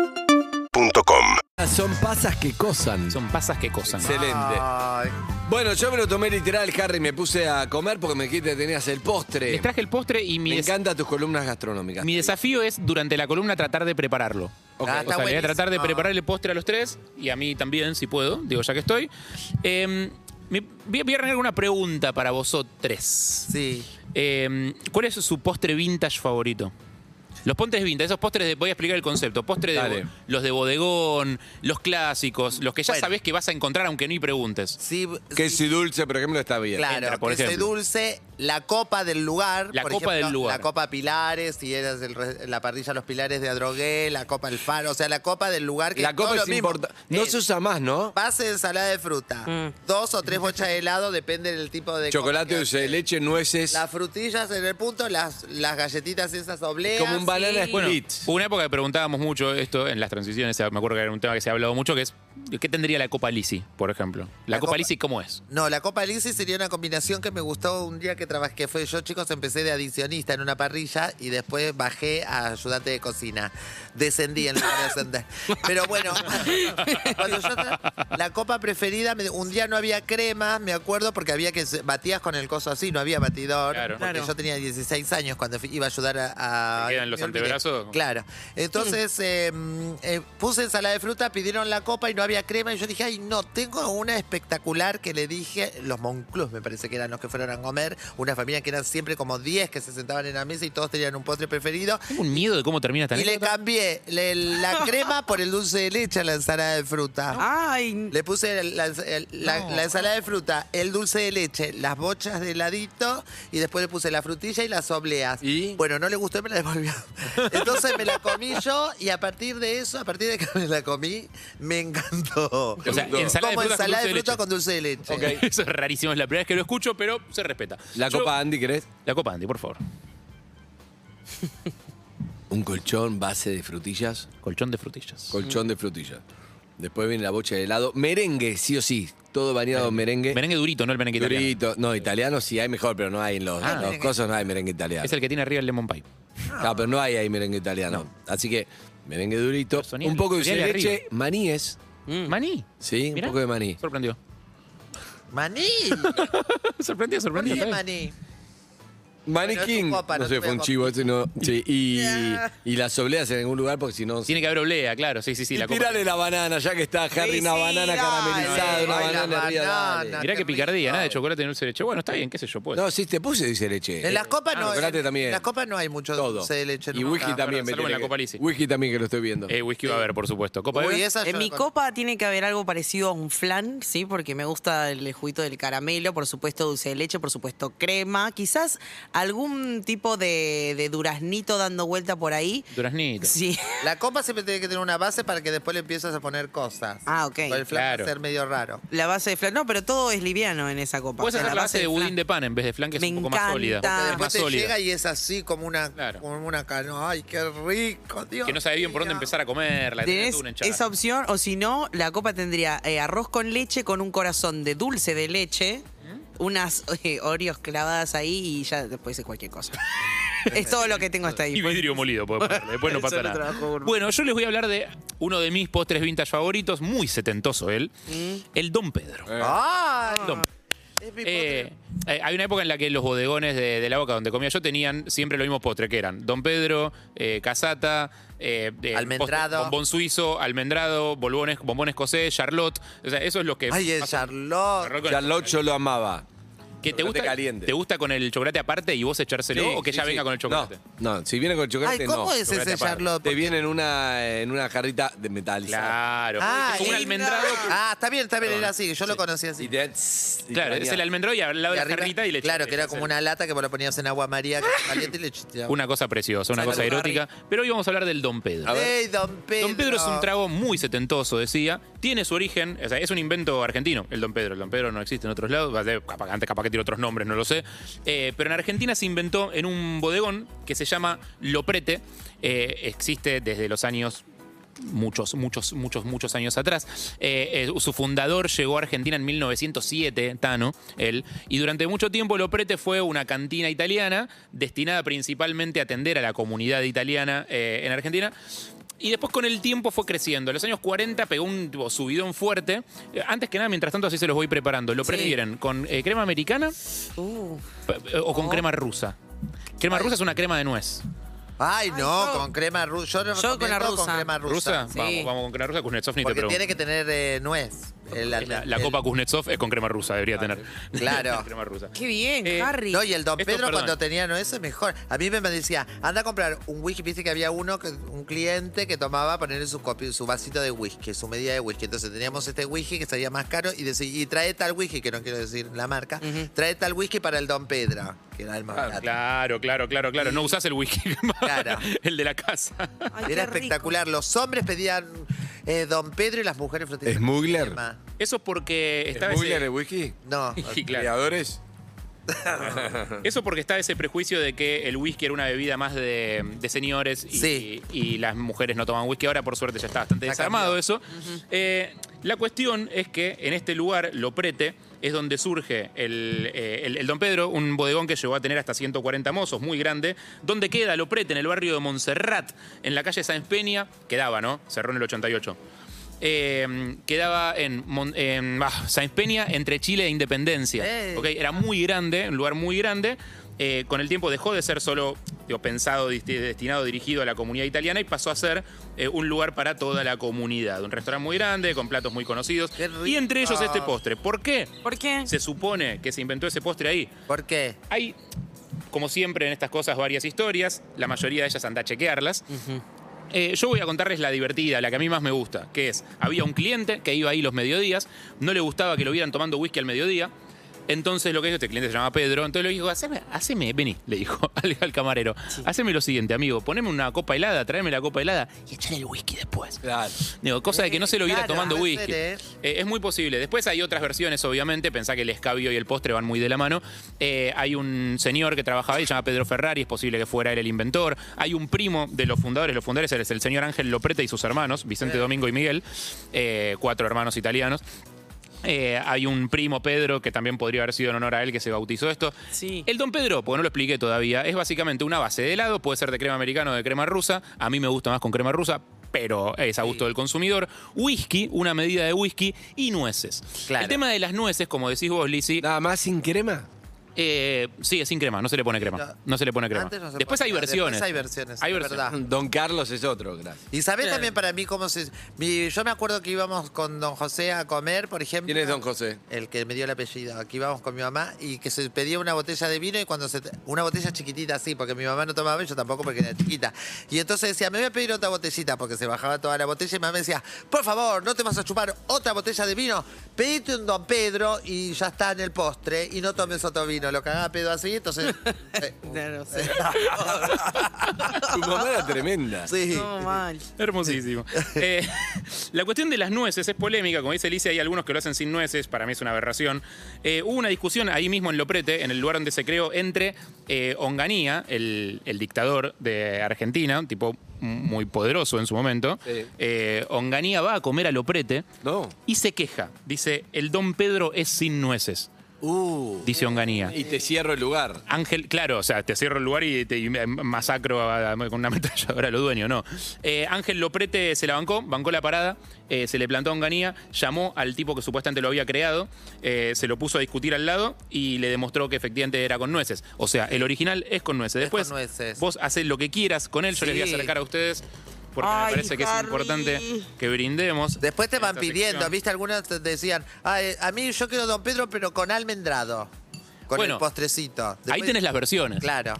UrbanaPlayFM.com Son pasas que cosan. Son pasas que cosan. Excelente. Ay, Bueno, yo me lo tomé literal, Harry, me puse a comer porque me dijiste que tenías el postre. Les traje el postre y mi, Me des- encantan tus columnas gastronómicas. mi desafío es durante la columna tratar de prepararlo. Ok. Ah, O sea, está le voy a tratar de buenísimo. preparar el postre a los tres y a mí también, si puedo, digo ya que estoy. Eh, me- voy a- voy a arrancar una pregunta para vosotros. Sí. Eh, ¿Cuál es su postre vintage favorito? Los postres vintage, esos postres, de- voy a explicar el concepto. Postres de Dale. bo- los de bodegón, los clásicos, los que ya Bueno. sabés que vas a encontrar aunque no y preguntes. Sí, Que sí, si dulce, por ejemplo, está bien. claro, entra, por que soy ejemplo. dulce, la copa del lugar. La por copa ejemplo, del lugar. La copa Pilares, si eras el re- la parrilla Los Pilares de Adrogué, la copa Alfaro, o sea, la copa del lugar que La es copa todo lo es mismo. Eh, importante. No Es se usa más, ¿no? Base de ensalada de fruta, dos o tres bochas de helado, depende del tipo de copa Chocolate, que dulce de haces. leche, nueces. Las frutillas en el punto, las, las galletitas esas obleas. Como un banana Bueno, split. hubo una época que preguntábamos mucho esto en las transiciones, me acuerdo que era un tema que se ha hablado mucho, que es, ¿qué tendría la Copa Lisi, por ejemplo? ¿La, La Copa, Copa- Lisi cómo es? No, la Copa Lisi sería una combinación que me gustó un día que trabajé, que fue yo, chicos, empecé de adicionista en una parrilla y después bajé a ayudante de cocina. Descendí en lugar de ascender. Pero bueno, cuando yo tra- la copa preferida, me- un día no había crema, me acuerdo, porque había que batías con el coso así, no había batidor. Claro. Porque Claro. yo tenía 16 años cuando fui- iba a ayudar a. a ¿Te quedan los me olvidé. antebrazos? Eh, Claro. Entonces eh, mm, eh, puse ensalada de fruta, pidieron la copa y no había crema. Y yo dije, ay, no, tengo una espectacular que le dije, los Monclús me parece que eran los que fueron a comer, una familia que eran siempre como 10 que se sentaban en la mesa y todos tenían un postre preferido. Tengo un miedo de cómo termina esta Y le anécdota. cambié le- la crema por el dulce de leche a la ensalada de fruta. Ay, Le puse el- la, el- la- la ensalada de fruta, el dulce de leche, las bochas de heladito y después le puse la frutilla y las obleas. ¿Y? Bueno, no le gustó y me la devolvió. Entonces me la comí yo y a partir de eso, a partir de que me la comí, me encantó. O sea, Como ensalada de Como fruta, con ensalada dulce de fruta leche. con dulce de leche. Eso es rarísimo, es la primera vez que lo escucho, pero se respeta. La Yo- copa Andy, ¿querés? La copa Andy, por favor. Un colchón base de frutillas. Colchón de frutillas. Colchón de frutillas. Después viene la bocha de helado. Merengue, sí o sí. Todo bañado en merengue. Eh. merengue durito, no el merengue italiano. Durito. No, italiano sí hay mejor, pero no hay en los, Ah. en los cosos, no hay merengue italiano. Es el que tiene arriba el lemon pie. No, pero no hay ahí merengue italiano. Así que merengue durito, Sonia, un poco de Sonia dulce de de arriba. leche, maníes, Maní. sí, Mirá. un poco de maní. Sorprendió. Maní. Sorprendió, sorprendió. Maní, está bien. maní. Maní Pero es tu King, copa, no no sé, te fue un voy a chivo ese, no. Sí, y, y las obleas en algún lugar porque si no... Tiene que haber oblea, claro. Sí, sí, sí. Y La copa. tirale la banana, ya que está Harry, Sí, una sí, banana dale, caramelizada, dale, una la banana arriba, dale. banana. Mirá Qué qué picardía, rico. nada de chocolate en dulce de leche. Bueno, está bien, qué sé yo, pues. No, sí, te puse dulce de leche. En las copas Ah, no. chocolate en- también. En las copas no hay mucho Todo. dulce de leche. Y nunca. whisky también. me salvo en tiene la que- Copa Lisi. Whisky también que lo estoy viendo. Eh, whisky va a haber, por supuesto. Copa Uy, de esa yo en la mi conozco. copa tiene que haber algo parecido a un flan, ¿sí? Porque me gusta el juguito del caramelo, por supuesto dulce de leche, por supuesto crema. Quizás algún tipo de, de duraznito dando vuelta por ahí. Duraznito. Sí. La copa siempre tiene que tener una base para que después le empiezas a poner cosas. Ah, ok. Con el flan va a Claro. ser medio raro. La base de flan. No, pero todo es liviano en esa copa. Puedes O sea, hacer la base de del budín flan. de pan en vez de flan, que es Me un poco más sólida. encanta. Es Después más Después te sólida. llega y es así como una, Claro. como una canoa. Ay, qué rico, Dios. Que no sabe bien por dónde mío. empezar a comerla. que tenés Tenés tú una hinchada. esa opción, o si no, la copa tendría eh, arroz con leche con un corazón de dulce de leche, unas eh, Oreos clavadas ahí y ya después es cualquier cosa. es todo lo que tengo hasta Y ahí. vidrio molido, podés ponerle, después no Eso pasa no nada. trabajo gourmet. Bueno, yo les voy a hablar de uno de mis postres vintage favoritos, muy setentoso él, el Don Pedro. Ay, Don- es Eh, mi Eh, eh, hay una época en la que los bodegones de, de la boca donde comía yo tenían siempre los mismos postres, que eran Don Pedro, eh, casata, eh, eh, Almendrado. postre- bombón suizo, almendrado, bombones, bombón escocés, charlotte. eh, O sea, eso es lo que... postre. Ay, el pasa- Charlotte. Charlotte con- Charlotte yo lo amaba. que te chocolate gusta, caliente. ¿Te gusta con el chocolate aparte y vos echárselo Sí, o que sí, ya sí. venga con el chocolate? No, no, si viene con el chocolate, Ay, ¿cómo no. es ese chocolate aparte. Charlotte? Te viene en una, en una jarrita de metalizada. Claro. Ah, Es como un lindo. almendrado. que- Ah, está bien, está bien, era así. Yo lo conocí así. Y te- tss, y Claro, te es el bañás. almendrado y al lado Y de la arriba- jarrita y le Claro, que era echás como el- una lata que vos la ponías en agua maría caliente y le chisteabas. Ah. Una cosa preciosa, una Salud, cosa erótica. Pero hoy vamos a hablar del Don Pedro. A ver. Ey, Don Pedro. Don Pedro es un trago muy setentoso, decía. Tiene su origen, o sea, es un invento argentino, el Don Pedro. El Don Pedro no existe en otros lados. vale, capaz- Antes capaz que tiene otros nombres, no lo sé. Eh, pero en Argentina se inventó en un bodegón que se llama Loprete. Eh, existe desde los años muchos, muchos, muchos, muchos años atrás. Eh, eh, su fundador llegó a Argentina en 1907, Tano, él, y durante mucho tiempo Loprete fue una cantina italiana destinada principalmente a atender a la comunidad italiana eh, en Argentina. Y después con el tiempo fue creciendo. En los años 40 pegó un tipo, subidón fuerte. Eh, Antes que nada, mientras tanto así se los voy preparando. ¿Lo Sí. prefieren con eh, crema americana Uh, p- o con Oh. crema rusa? Crema rusa es una crema de nuez. Ay, no, yo- con crema rusa. Yo, no Yo con la recomiendo rusa. crema rusa. ¿Rusa? Sí. Vamos, vamos con crema rusa. Kuznetsov ni te Porque pregunto. tiene que tener eh, nuez. el- La, el- la copa Kuznetsov es con crema rusa, debería tener. Claro. crema rusa. qué bien, Eh, Harry. No, y el Don Esto, Pedro perdón. cuando tenía no eso es mejor. A mí me decía, anda a comprar un whisky, viste que había uno, que, un cliente que tomaba ponerle su, copi- su vasito de whisky, su medida de whisky. Entonces teníamos este whisky que salía más caro y decía, y trae tal whisky, que no quiero decir la marca, trae tal whisky para el Don Pedro, que era el más Ah, barato. claro, claro, claro, claro. No usás el whisky. Claro. el de la casa. Ay, qué Era rico. espectacular. Los hombres pedían eh, Don Pedro y las mujeres frutillas. ¿Smuggler? Eso es porque está ¿Es muy ese- el whisky? No. Sí, claro. ¿Creadores? Eso porque está ese prejuicio de que el whisky era una bebida más de, de señores y, Sí. y las mujeres no toman whisky. Ahora, por suerte, ya está bastante Ya desarmado cambió. eso. Eh, la cuestión es que en este lugar, Loprete, es donde surge el, eh, el- el Don Pedro, un bodegón que llegó a tener hasta 140 mozos, muy grande. Donde queda Loprete? En el barrio de Montserrat, en la calle Sáenz Peña. Quedaba, ¿no? Cerró en el 88. Eh, quedaba en, Mon- en, ah, Sáenz Peña, entre Chile e Independencia. Eh. ¿ok? Era muy grande, un lugar muy grande. Eh, con el tiempo dejó de ser solo digo, pensado, disti- destinado, dirigido a la comunidad italiana y pasó a ser eh, un lugar para toda la comunidad. Un restaurante muy grande, con platos muy conocidos. Qué rico. Y entre ellos este postre. ¿Por qué ¿Por qué? se supone que se inventó ese postre ahí? ¿Por qué? Hay, como siempre en estas cosas, varias historias. La mayoría de ellas anda a chequearlas. Eh, yo voy a contarles la divertida, la que a mí más me gusta, que es, había un cliente que iba ahí los mediodías, no le gustaba que lo vieran tomando whisky al mediodía, entonces lo que hizo, este cliente se llama Pedro, entonces le dijo, haceme, haceme, vení, le dijo al, al camarero, haceme lo siguiente, amigo, poneme una copa helada, tráeme la copa helada y echale el whisky después. Claro. Digo, cosa de que no se lo viera Claro, tomando puede whisky. ser, ¿eh? Eh, es muy posible. Después hay otras versiones, obviamente. Pensá que el escabio y el postre van muy de la mano. Eh, hay un señor que trabajaba ahí, se llama Pedro Ferrari, es posible que fuera él el inventor. Hay un primo de los fundadores, los fundadores es el señor Ángel Loprete y sus hermanos, Vicente Domingo y Miguel, eh, cuatro hermanos italianos. Eh, hay un primo Pedro que también podría haber sido en honor a él que se bautizó esto. Sí. El Don Pedro, porque no lo expliqué todavía, es básicamente una base de helado, puede ser de crema americana o de crema rusa. A mí me gusta más con crema rusa, pero es a gusto del consumidor. Whisky, una medida de whisky y nueces. Claro. El tema de las nueces, como decís vos, Lizzy, ¿Nada más sin crema? eh, sí, es sin crema, no se le pone crema. No se le pone crema. Antes no se después hay ponía, versiones. Después hay versiones. Hay es versiones. verdad. Don Carlos es otro, gracias. Y sabés también para mí cómo se. mi- yo me acuerdo que íbamos con don José a comer, por ejemplo. ¿Quién es don José? El que me dio el apellido. Aquí íbamos con mi mamá y que se pedía una botella de vino y cuando se. Una botella chiquitita, así, porque mi mamá no tomaba y yo tampoco porque era chiquita. Y entonces decía, me voy a pedir otra botellita porque se bajaba toda la botella y mi mamá decía, por favor, no te vas a chupar otra botella de vino. Pedite un don Pedro y ya está en el postre y no tomes otro vino. Lo cagaba pedo así, entonces. eh, No, no sé. Tu mamá era tremenda. sí. No, mal. Hermosísimo. Eh, la cuestión de las nueces es polémica. Como dice Alicia, hay algunos que lo hacen sin nueces. Para mí es una aberración. Eh, hubo una discusión ahí mismo en Loprete, en el lugar donde se creó, entre eh, Onganía, el, el dictador de Argentina, un tipo muy poderoso en su momento. Sí. Eh, Onganía va a comer a Loprete No. y se queja. Dice, el don Pedro es sin nueces, Uh. dice Onganía. Y te cierro el lugar. Ángel, claro, o sea, te cierro el lugar y te y masacro a- a- con una ametralladora a los dueños, no. Eh, Ángel Loprete se la bancó, bancó la parada, eh, se le plantó a Onganía, llamó al tipo que supuestamente lo había creado, eh, se lo puso a discutir al lado y le demostró que efectivamente era con nueces. O sea, el original es con nueces. Es con Después, nueces. vos haces lo que quieras con él, yo les voy a Sí. acercar a ustedes porque me Ay, parece que es Harry. importante que brindemos. Después te en van esta pidiendo, sección. ¿viste? Algunos te decían, "Ay, a mí yo quiero Don Pedro, pero con almendrado. Con Bueno, el postrecito. Ahí Después- tenés las versiones. Claro.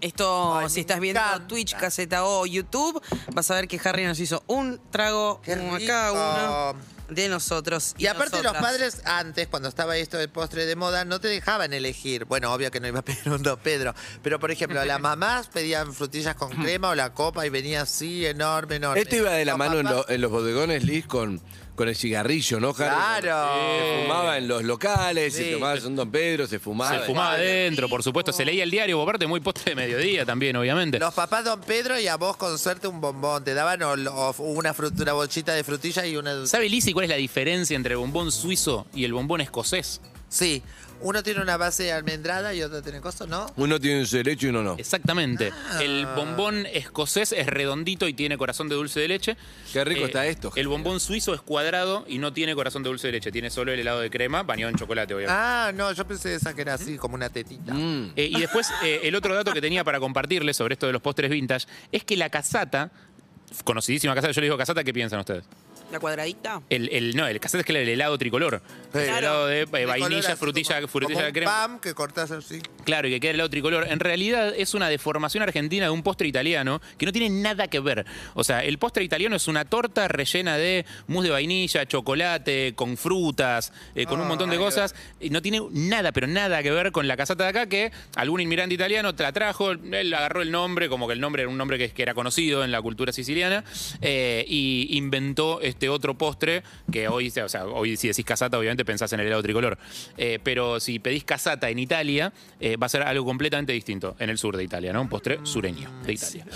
Esto, Ay, si me estás viendo encanta. Twitch, Caseta O, YouTube, vas a ver que Harry nos hizo un trago Qué uno acá, rico. uno de nosotros. Y, aparte los nosotras. padres antes, cuando estaba esto del postre de moda, no te dejaban elegir. Bueno, obvio que no iba a pedir un Don Pedro. Pero, por ejemplo, las mamás pedían frutillas con crema o la copa y venía así, enorme, enorme. Esto iba de la Los mano en, papás- lo- en los bodegones, Liz, con con el cigarrillo, ¿no, Harry? Claro. Se fumaba en los locales, se Sí. tomaba un Don Pedro, se fumaba. Se fumaba adentro, por supuesto. Se leía el diario, aparte muy poste de mediodía también, obviamente. Los papás Don Pedro y a vos con suerte un bombón. Te daban o, o una, frut- una bolsita de frutilla y una... ¿Sabe Lizzy cuál es la diferencia entre el bombón suizo y el bombón escocés? Sí. Uno tiene una base almendrada y otro tiene cosas, ¿no? Uno tiene un derecho y uno no. Exactamente. Ah. El bombón escocés es redondito y tiene corazón de dulce de leche. Eh, Qué rico está esto, El Javier. bombón suizo es cuadrado y no tiene corazón de dulce de leche. Tiene solo el helado de crema bañado en chocolate, obviamente. Ah, no, yo pensé esa que era ¿Mm? así, como una tetita. Mm. Eh, y después, eh, el otro dato que tenía para compartirles sobre esto de los postres vintage es que la casata, conocidísima casata, yo le digo casata, ¿qué piensan ustedes? La cuadradita. El, el- no, el casata es que el helado tricolor. El Claro. helado de eh, De color vainilla, así frutilla, como- frutilla como de un crema. Pam que cortás así. Claro, y que queda el helado tricolor. En realidad es una deformación argentina de un postre italiano que no tiene nada que ver. O sea, el postre italiano es una torta rellena de mousse de vainilla, chocolate, con frutas, eh, con un montón de cosas. Y no tiene nada, pero nada que ver con la casata de acá que algún inmigrante italiano la trajo, él agarró el nombre, como que el nombre era un nombre que, que era conocido en la cultura siciliana, eh, y inventó este otro postre que hoy, se- o sea, hoy si decís casata, obviamente pensás en el helado tricolor. Eh, pero si pedís casata en Italia, eh, va a ser algo completamente distinto en el sur de Italia, ¿no? Un postre sureño de Italia.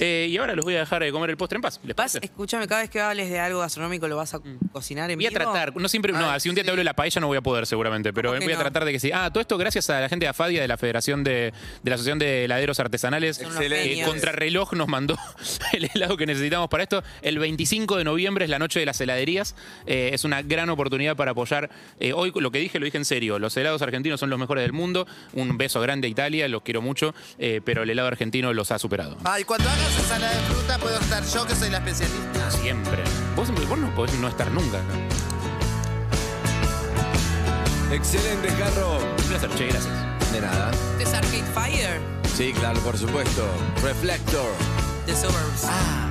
Eh, y ahora los voy a dejar de comer el postre en paz. ¿les Vas, parece? escúchame, cada vez que hables de algo gastronómico lo vas a Mm. cocinar en Voy a vivo? tratar, no siempre, no, Ay, si un día te sí. hablo de la paella no voy a poder seguramente, pero Ah, ¿Cómo que voy a no? tratar de que sí. Ah, todo esto gracias a la gente de AFADIA, de la Federación de, de la Asociación de Heladeros Artesanales. Son unos Excelente. Eh, genios. Contrarreloj nos mandó el helado que necesitamos para esto. El 25 de noviembre es la noche de las heladerías. Eh, es una gran oportunidad para apoyar. eh, hoy lo que dije lo dije en serio. Los helados argentinos son los mejores del mundo. Un beso grande a Italia, los quiero mucho, eh, pero el helado argentino los ha superado. Ay, Ah, cuando hagas ensalada de fruta puedo estar yo, que soy la especialista. Siempre. Vos, vos no podés no estar nunca. acá. Excelente, Carro. Un placer, che, gracias. De nada. ¿Este es Arcade Fire? Sí, claro, por supuesto. Reflector. The Suburbs. Ah.